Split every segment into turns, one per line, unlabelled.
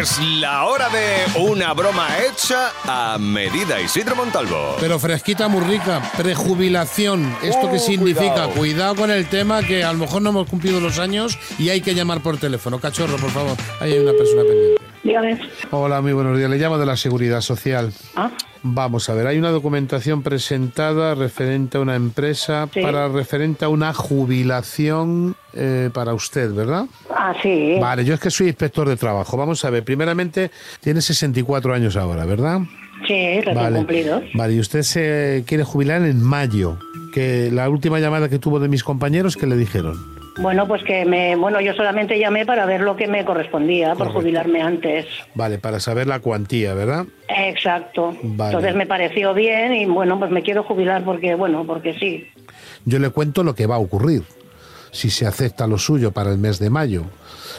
es la hora de una broma hecha a medida. Isidro Montalvo.
Pero fresquita muy rica, prejubilación. ¿Esto qué significa? Oh, Cuidado.
cuidado.
con el tema que a lo mejor no hemos cumplido los años y hay que llamar por teléfono. Cachorro, por favor. Ahí hay una persona pendiente.
Dígame.
Hola, muy buenos días. Le llamo de la Seguridad Social.
Ah,
Vamos a ver, hay una documentación presentada referente a una empresa
Sí.
para referente a una jubilación eh, para usted, ¿verdad?
ah, sí.
Vale, yo es que soy inspector de trabajo. Vamos a ver, primeramente tiene 64 años ahora, ¿verdad?
Sí, recién cumplido.
Vale, y usted se quiere jubilar en mayo. Que la última llamada que tuvo de mis compañeros, ¿qué le dijeron?
Bueno, pues que me. Bueno, yo solamente llamé para ver lo que me correspondía por
Correcto.
jubilarme antes.
Vale, para saber la cuantía, ¿verdad?
Exacto.
Vale.
Entonces me pareció bien y bueno, pues me quiero jubilar porque, bueno, porque sí.
Yo le cuento lo que va a ocurrir si se acepta lo suyo para el mes de mayo.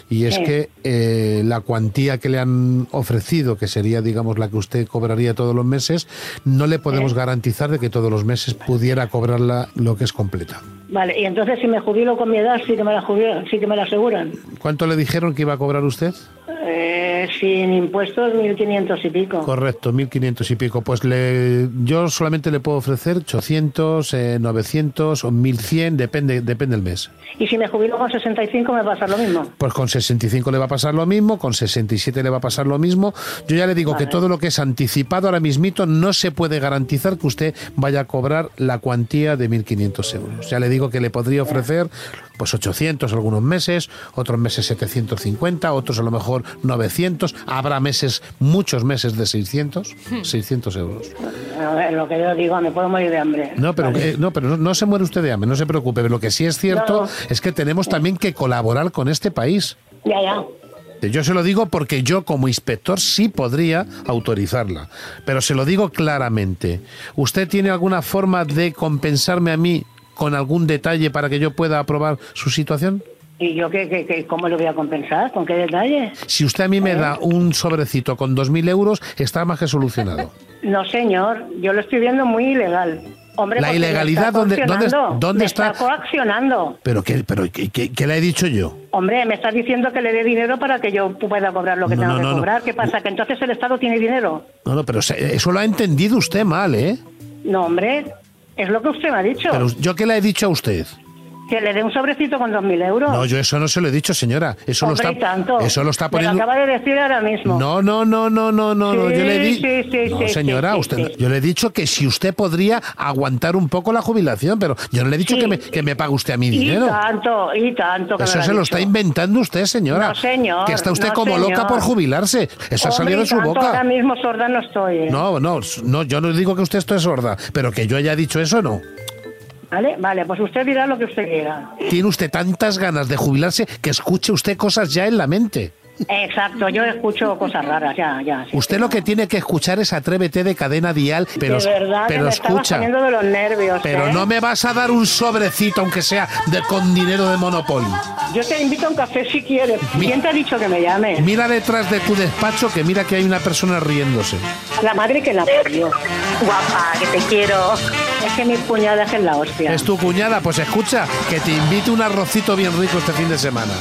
Y es
Sí.
que eh, la cuantía que le han ofrecido, que sería, digamos, la que usted cobraría todos los meses, no le podemos garantizar de que todos los meses pudiera cobrarla lo que es completa.
Vale, y entonces si me jubilo con mi edad, sí que me la jubilo, sí que me la aseguran.
¿Cuánto le dijeron que iba a cobrar usted?
Eh, sin impuestos, 1.500 y pico.
Correcto, 1.500 y pico. Pues le, yo solamente le puedo ofrecer 800, eh, 900 o 1.100, depende, depende el mes.
y si me jubilo con 65, me pasa lo mismo.
Pues con 65 le va a pasar lo mismo, con 67 le va a pasar lo mismo. Yo ya le digo que todo lo que es anticipado ahora mismito no se puede garantizar que usted vaya a cobrar la cuantía de 1.500 euros. Ya le digo que le podría ofrecer pues 800 algunos meses, otros meses 750, otros a lo mejor 900, habrá meses, muchos meses de 600, 600 euros.
A ver, lo que yo digo, me puedo morir de hambre.
No, pero, eh, no, pero no, no se muere usted de hambre, no se preocupe. Lo que sí es cierto
No.
es que tenemos también que colaborar con este país.
Ya, ya.
Yo se lo digo porque yo como inspector sí podría autorizarla, pero se lo digo claramente. ¿Usted tiene alguna forma de compensarme a mí con algún detalle para que yo pueda aprobar su situación?
¿Y yo qué, qué, qué- cómo lo voy a compensar? ¿Con qué detalle?
Si usted a mí me da un sobrecito con 2.000 euros, está más que solucionado.
No, señor, yo lo estoy viendo muy ilegal. Hombre,
La
porque me
ilegalidad,
está
¿dónde- dónde-
coaccionando,
dónde
me
está?
coaccionando.
¿Pero qué, pero qué, qué- qué le he dicho yo?
Hombre, me está diciendo que le dé dinero para que yo pueda cobrar lo que
No,
tengo
no,
que
no, no.
cobrar. ¿Qué pasa? ¿Que entonces el Estado tiene dinero?
No, no, pero se- eso lo ha entendido usted mal, ¿eh?
No, hombre, es lo que usted me ha dicho.
Pero yo qué le he dicho a usted.
Que le dé un sobrecito con 2.000 euros.
No, yo eso no se lo he dicho, señora. Eso
Hombre,
lo
y
está,
tanto.
eso lo está poniendo.
Me lo acaba de decir ahora mismo.
No, no, no, no, no, no, no, yo le di.
Sí, sí, sí,
no,
sí,
señora,
sí, sí,
usted,
sí.
no. yo le he dicho que si usted podría aguantar un poco la jubilación, pero yo no le he dicho
Sí.
que, me, que me pague usted a mi
y
dinero.
tanto, y tanto. que me
Eso
ha
se lo
dicho.
está inventando usted, señora.
No, señor,
Que está usted
no,
como loca
señor.
por jubilarse. Eso ha
Hombre,
salido de
y
su
tanto, Ahora
boca.
mismo sorda no estoy. ¿eh?
No, no, no, yo no digo que usted esto es sorda, pero que yo haya dicho eso no.
¿Vale? Vale, pues usted dirá lo que usted quiera.
Tiene usted tantas ganas de jubilarse que escuche usted cosas ya en la mente.
Exacto, yo escucho cosas raras, ya, ya. sí.
Usted lo que tiene que escuchar es Atrévete de cadena dial, pero,
de verdad que
pero
me estaba
escucha.
poniendo de los nervios.
Pero
¿eh?
no me vas a dar un sobrecito, aunque sea de, con dinero de Monopoly.
Yo te invito a un café si quieres. ¿Quién te ha dicho que me llame?
Mira detrás de tu despacho que mira que hay una persona riéndose.
La madre que la parió. Guapa, que te quiero. Es que mi cuñada es en la hostia.
Es tu cuñada, pues escucha, que te invite un arrocito bien rico este fin de semana.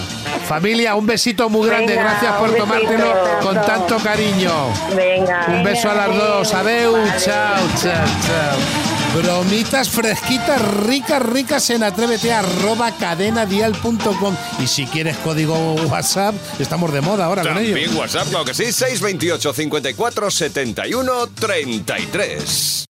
Familia, un besito muy grande,
Venga,
gracias por
un besito,
tomártelo
besazo.
con tanto cariño.
Venga.
Un beso a las dos, adeu, chao, chao, chao. Bromitas fresquitas, ricas, ricas en atrévete arroba cadenadial.com. Y si quieres código WhatsApp, estamos de moda ahora con ello.
También WhatsApp, claro que sí. 628 54 71 33.